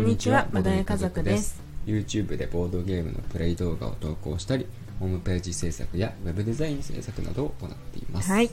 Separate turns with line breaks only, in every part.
にちは、マダヤ家族です。
YouTube でボードゲームのプレイ動画を投稿したりホームページ制作やウェブデザイン制作などを行っています、
はい、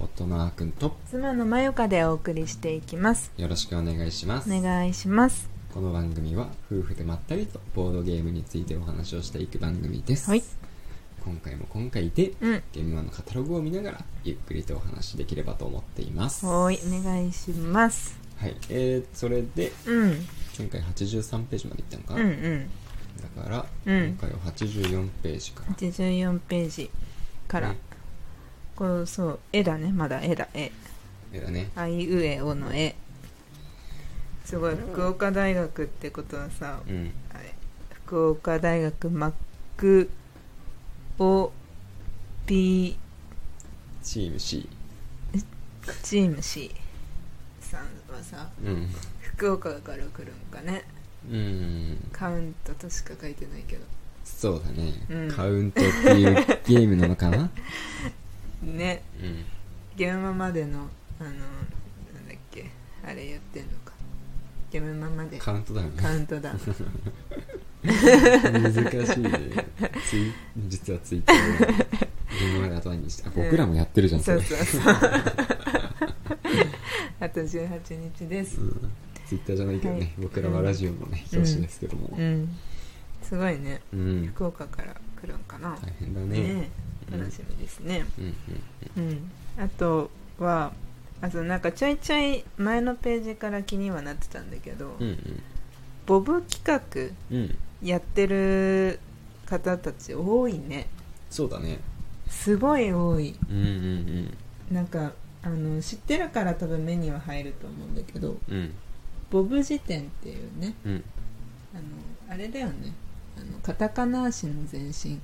夫のあーくんと
妻のまよかでお送りしていきます。
よろしくお願いします
お願いします。
この番組は夫婦でまったりとボードゲームについてお話をしていく番組です、
はい、
今回も今回で
うん、
ゲームマのカタログを見ながらゆっくりとお話しできればと思っていますは
おい、お願いします。
いえー、それで
うん、
今回83ページまでいったのか
うん、
な、
う
だ
ん、
から
うん
今回は84ページから
八十四ページから
ね、
こう、そう、絵だね、まだ絵だ、絵、
絵だね
あいうえおの絵。すごい、福岡大学ってことはさ、
うん
あれ福岡大学マックボビ
チーム C
ーチーム C さんはさ
うん
福岡から来るんかね
うん
カウントとしか書いてないけど
そうだね、
うん
カウントっていうゲームなのかな
ね
うん
ゲームマまでのあのなんだっけあれやってんのかゲームマまで
カウントだよね
カウントダウン
難しいねツイ実はツイッターでゲームマで後にしてあ僕らもやってるじゃん、
そう
れ
そうそう あと18日です
うんツイッターじゃないけどね、
はい
僕らはラジオのね、
うん
表紙ですけども
うんすごいね
うん、
福岡から来るんかな、
大変だね
ね
うん
楽しみですね、
うんうん
うん、あとはあとなんかちょいちょい前のページから気にはなってたんだけど、
うん
ボブ企
うんうん
画やってる方たち多いね
そうだね
すごい多い
うんうん
なんかあの知ってるから多分目には入ると思うんだけど
うんうん
ボブ辞典っていうね
うん
あのあれだよねあのカタカナ足の前身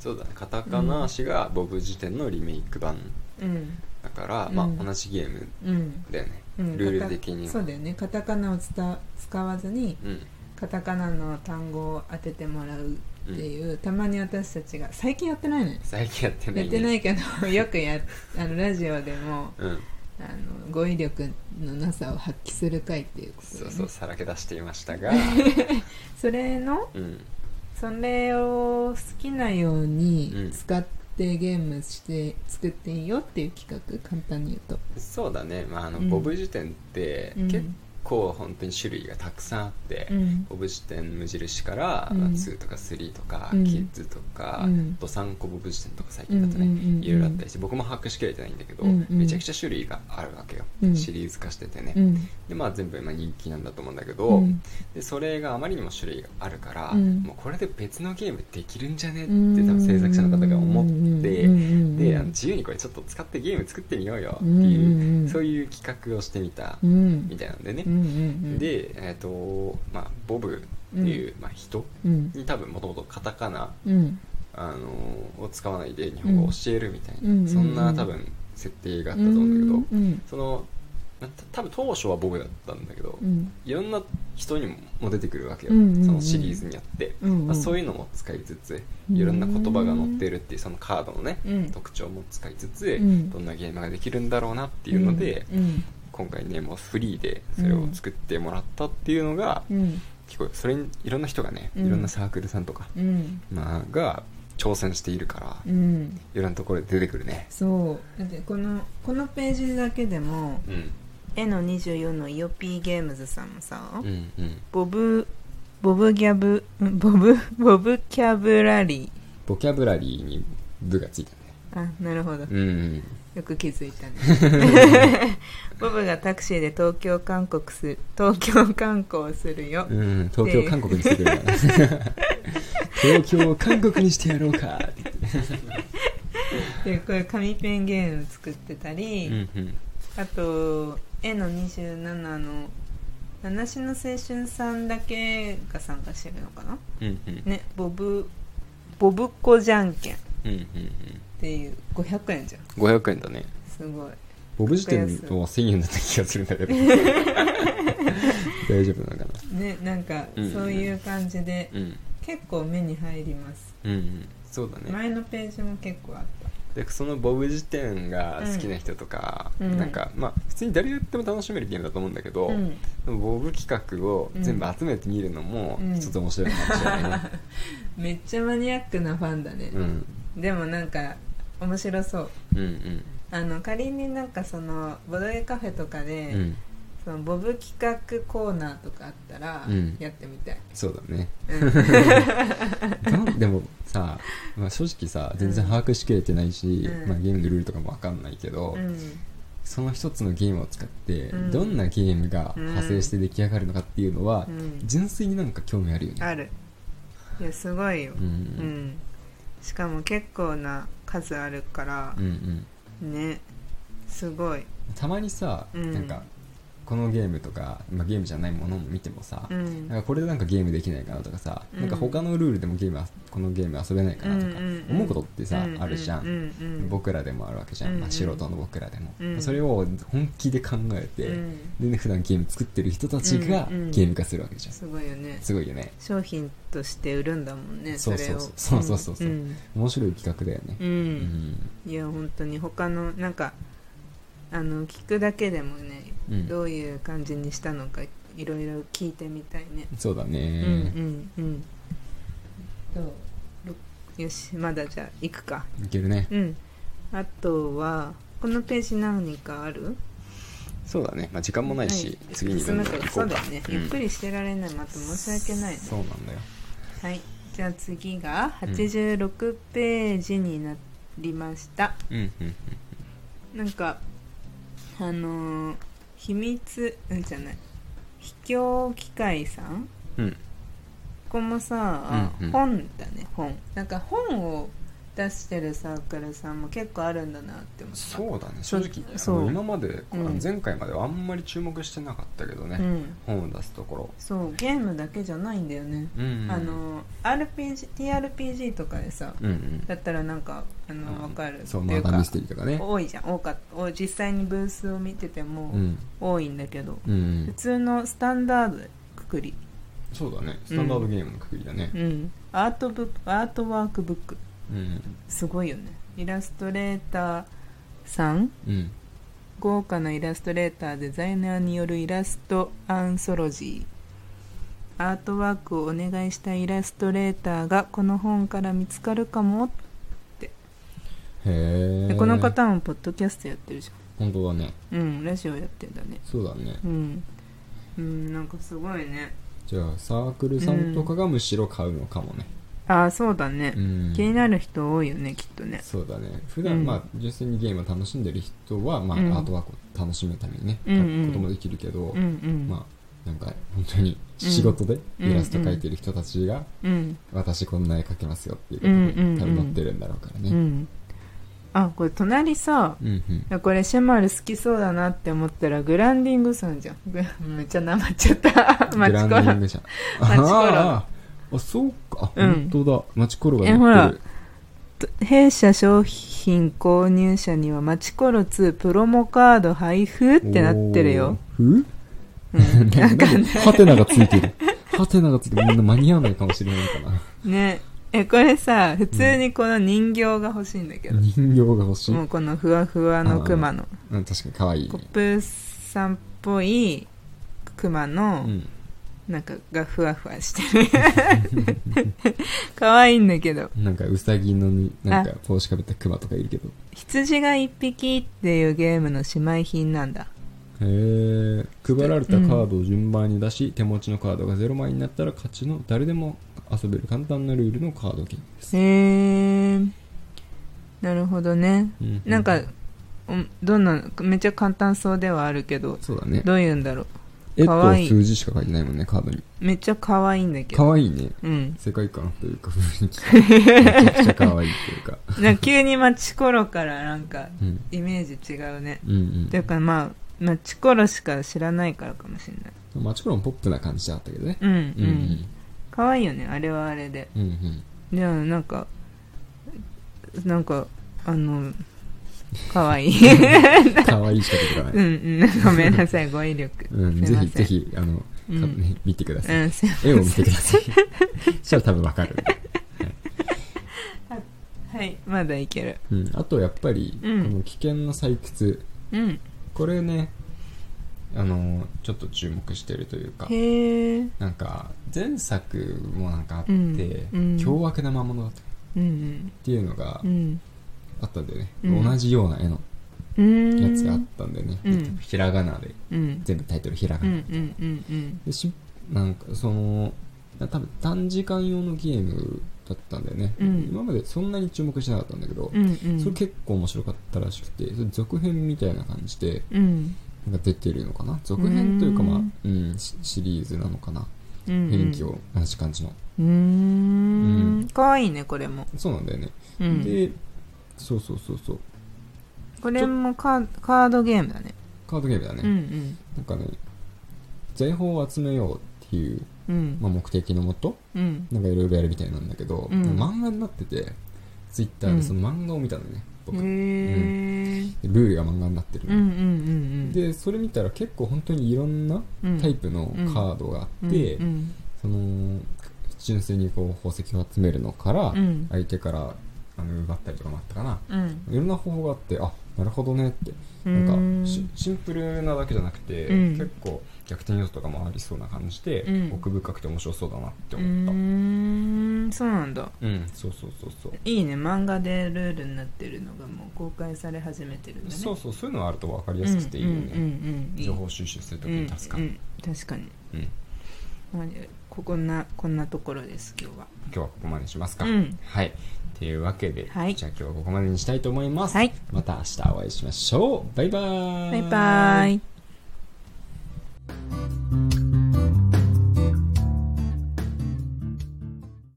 そうだねカタカナ足がボブ辞典のリメイク版
うん
だから、ま
うん
あ同じゲーム
うん、
だよね、
うん、
ルール的に
カタ
は
そうだよねカタカナをつた使わずに
うん
カタカナの単語を当ててもらうっていう、たまに私たちが最近やってないのよ
最近やってな
やっ
い
て
ね
ないけど よくやあのラジオでも
うん
あの語彙力のなさを発揮する会っていうことで、
そ
ね、
うそうさらけ出していましたが
それの
うん
それを好きなよう
う
に
ん
使ってゲームして作っていいよっていう企画簡単に言うと、
そうだねまああの、
うん
ボブ辞典って
うん
結構本当に種類がたくさんあって、
うん
ボブ辞典無印から、
うん
まあ2とか3とか、
うん
キッズとか、
うん
あと3個ボブ辞典とか最近だとね、
うんうんうんうん
いろいろあったりして僕も把握しきれてないんだけど、
うんうん
めちゃくちゃ種類があるわけよ、
うん
シリーズ化しててね、
うん
でまあ全部今人気なんだと思うんだけど、
うん
でそれがあまりにも種類があるから、
うん
もうこれで別のゲームできるんじゃねっ
って
多分制作者の方が思って、であの
で
自由にこれちょっと使ってゲーム作ってみようよって
うんうん
いう,、
うん
そういう企画をしてみたみたいなんでね、
で
で、えっとまあ、ボブっていう、まあ、人
うん
に多分もともとカタカナ、
うん
あのーを使わないで日本語を教えるみたいな、
うんうんうんうん
そんな多分設定があったと思うんだけど、
うん
そのなた多分当初はボブだったんだけど、
うん
いろんな人にもも出てくるわけよ、
うんうんうん
そのシリーズにあって、
うん
まあ、そう
い
いうのも使いつついろんな言葉が載ってるっていうそのカードのね、
うん
特徴も使いつつ、
ん
どんなゲームができるんだろうなっていうので、
うん
今回ねもうフリーでそれを作ってもらったっていうのが、
うん
結構それにいろんな人がね、
うん
いろんなサークルさんとか、
うん
まあ、が挑戦しているから、
う
い
ん
ろんなところで出てくるね。
そうだってこのこのページだけでも
うん
絵の24のイオピーゲームズさんもさ
うんうん、
ボブボブギャブ んボブボブキャブラリ
ボキャブラリーに「ブ」がついたね。
ーあなるほど
うんうん
よく気づいたね ボブがタクシーで東京韓国す東京観光するよ
うん、東京韓国にしてくれ よ東京を韓国にしてやろうかって言っ
でこれ紙ペンゲーム作ってたり、
てうんうん
あと絵の27の「七種の青春」さんだけが参加してるのかな
うんうん
ねボブボブっ子じゃんけんっ
うんうんうん
ていう500円じゃん
500円だね
すごい
ボブ時点は1000円だった気がするんだけど大丈夫なのかな
ねなんか
うんうんうん
そういう感じで
うん
結構目に入ります、
うんうんそうだね
前のページも結構あった
でそのボブ辞典が好きな人とか、
うんうん
なんかまあ普通に誰やっても楽しめるゲームだと思うんだけど、
うん
でもボブ企画を全部集めてみるのも
うん
ちょっと面白いかもしれないね、
めっちゃマニアックなファンだね
う、ん、
でもなんか面白そう
うんうん
あの仮になんかそのボドゲカフェとかで、
うん
そのボブ企画コーナーとかあったら
うん
やってみたい、
そうだね
うん
ど うでもさ、まあ、正直さ全然把握しきれてないし、
うん
まあ、ゲームのルールとかも分かんないけど、
うん
その一つのゲームを使って、
うん
どんなゲームが派生して出来上がるのかっていうのは、
うん
純粋になんか興味あるよね
あるいやすごいよう
う、
んん、しかも結構な数あるから
うん、うんうん
ねすごい、
たまにさ、
うん
なんかこのゲームとか、まあ、ゲームじゃないものも見てもさ、
うん、
なんかこれでなんかゲームできないかなとかさ、
うん
なんか他のルールでもゲームはこのゲーム遊べないかなとか
うんうんうん
思うことってさ、
うん
あるじゃ
う
ん、
んうん、
僕らでもあるわけじゃん、
うん
まあ、素人の僕らでも、
うん
それを本気で考えて、
うん
でね普段ゲーム作ってる人たちが
うんうん
ゲーム化するわけじゃん、
すごいよね
すごいよね
商品として売るんだもんね
そう
れを
そうそうそうそうそうそう
うん
面白い企画だよね
うん
うん
いや本当に他のなんかあの聞くだけでもね、
うん
どういう感じにしたのかいろいろ聞いてみたいね、
そうだ
うん
ね、
うんうんとろよしまだじゃあ行くか
いけるね
うんあとはこのページ何かある
そうだね、まあ、時間もないし、
はい
次に
進
どん
む
どん
か
行こ
そう
う
だ
か
よね、
うん
ゆっくりしてられないまた申し訳ないね
そうなんだよ
はいじゃあ次が86ページになりました、
うんうんうん
なんかあのー秘密うんじゃない秘境機械さん
うん
ここもさ、
うんうん
本だね本なんか本を出してるサークルさんも結構あるんだなって思った
そうだね正直あ
そう
の今まで、
うん
前回まではあんまり注目してなかったけどね、
うん、
本を出すところ
そうゲームだけじゃないんだよね、
うんうん
あの RPG TRPG とかでさ
うんうん
だったらなんかあの、
うん
わかる
そう
って
マ
い
ー
う
ダ
か
ーミステリーとかね
多いじゃん多かったお実際にブースを見てて
う
も
ん
多いんだけど、
うんう
普
ん
通のスタンダードくくり、
そうだねスタンダードゲームの区切りだね
うん、アートブックアートワークブック
うん
すごいよねイラストレーターさん
うん
豪華なイラストレーターデザイナーによるイラストアンソロジーアートワークをお願いしたイラストレーターがこの本から見つかるかも、
へ
で
え
この方もポッドキャストやってるじ
本当だね
ゃんうんラジオやってんだね
そうだね
うん、うん、なんかすごいね
じゃあサークルさんとかがむしろ買うのかもね
ああそうだね
う、ん
気になる人多いよねきっとね
そうだね普
うん
段まあ純粋にゲームを楽しんでる人はまあア
うん
ートワークを楽しむためにね
うん
書
うん
くこともできるけど
うんうん、
まあなんか本当に仕事でイラスト描いてる人たちが
うん
私こんな絵描けますよっていうこ
うんうんう
と
ん
で多分載ってるんだろうから
う
ね
ん、あこれ隣さ
うんうん
これシェマル好きそうだなって思ったらグランディングさんじゃん グめっちゃなまっちゃった
グ
マチ
ラン
コ
デ
ロ
ィング社
マチコロ
あーあそうか、あ
うん
本当だマチコロが
えほ
やっ
ら
てる
弊社商品購入者にはマチコロ2プロモカード配布ってなってるよ、
おー
う、
ふなんでハテナがついてるハテナがついてるみんな間に合わないかもしれないかなん
ねえこれさ普通にこの人形が欲しいんだけど、
人形が欲しい、う
もうこのふわふわのクマの
ん、確かに可愛い
コップさんっぽいクマ
う
の、
ん
なんかがふわふわしてる 可愛いんだけど
なんかウサギのになん
あ
か帽子かぶったクマとかいるけど
羊が一匹っていうゲームの姉妹品なんだ
へえ配られたカードを順番に出し、手持ちのカードが0枚になったら勝ちの誰でも遊べる簡単なルールのカードゲームです、
へえなるほどね
うう
なんかおどんなめっちゃ簡単そうではあるけど
そうだね
どういうんだろう
絵
か
と
わいい
数字しか書いてないもんねカードに
めっちゃ可愛いんだけど
可愛いね
うん
世界観というか雰囲気がめちゃくちゃ可愛いというか、
なんか急にマッチコロからなんか
うん、
イメージ違うね
うんうん
というかまあマッチコロしか知らないからかもしれない
マチコロンポップな感じだったけどね
うん
う
うん
うんん
可愛いよねあれはあれで
うんうん
じゃあなんかなんかあの可 愛い
可愛いしか出てこな
う
い、
んうんごめんなさい語彙力
うん、
すい
ぜ
ませ
ひ
ん
ぜひあの、か
うん
ね見てくだ
う
さい、
んすいませ
絵を
ん
見てくださいそしたら多分わかる
はいまだいける
うん、あとやっぱり、
うん
この危険な採掘
うん
これねあのちょっと注目してるというか
へえ
なんか前作もなんかあって、
うんうん
凶悪な魔物だったっ
うん
ていうのが
うん
あったんでね、
うん
同じような絵の
うん
やつがあったんでね、
うん
ひらがなで
うん
全部タイトルひら
う
が
ん
な、
うんうんうん
でしなんかその多分短時間用のゲームだったんだよね、
うん
今までそんなに注目してなかったんだけど、
うんうん
それ結構面白かったらしくてそれ続編みたいな感じで
うん
なんか出てるのかな続編というかまあ
う
うん、シシリーズなのかな
うん
雰囲気を同じ感じの、
うー
うんん
かわいいねこれも、
そうなんだよね、
うん、
でそうそうそうそう
これもカーカードゲームだね
カードゲームだね、
うん
なんかね財宝を集めようっていう、
うんうん
まあ、目的のもと
うん
なんかいろいろやるみたいなんだけど、
うん
漫画になっててツイッターでその漫画を見たのね、
へ
僕
え
ルールが漫画になってる
うんう
の、
んうんうん
でそれ見たら結構本当にいろんな
うん
タイプのカードがあって、
うん
その純粋にこう宝石を集めるのから、
うん
相手からあの奪ったりとかもあったかな
うん
いろんな方法があってあなるほどねって
う
なんかしシンプルなだけじゃなくて、
うん
結構逆転要素とかもありそうな感じで、
うん
奥深くて面白そうだなって
う
思っ
ーんそうなんだ
たうん、そうそうそうそう、
いいね漫画でルールになってるのがもう公開され始めてるんだね
そうそうそういうのはあると分かり
う
やすくていいよね、
んうんうんうん、
情報収集するときに助か
うん
る、
うん、確かに、
うん
まあ、ここんなこんなところです今日は
今日はここまでにしますか、
うん
はいっていうわけで、
はい
じゃあ今日はここまでにしたいと思います、
はい
また明日お会いしましょうバイバーイ
バイバイ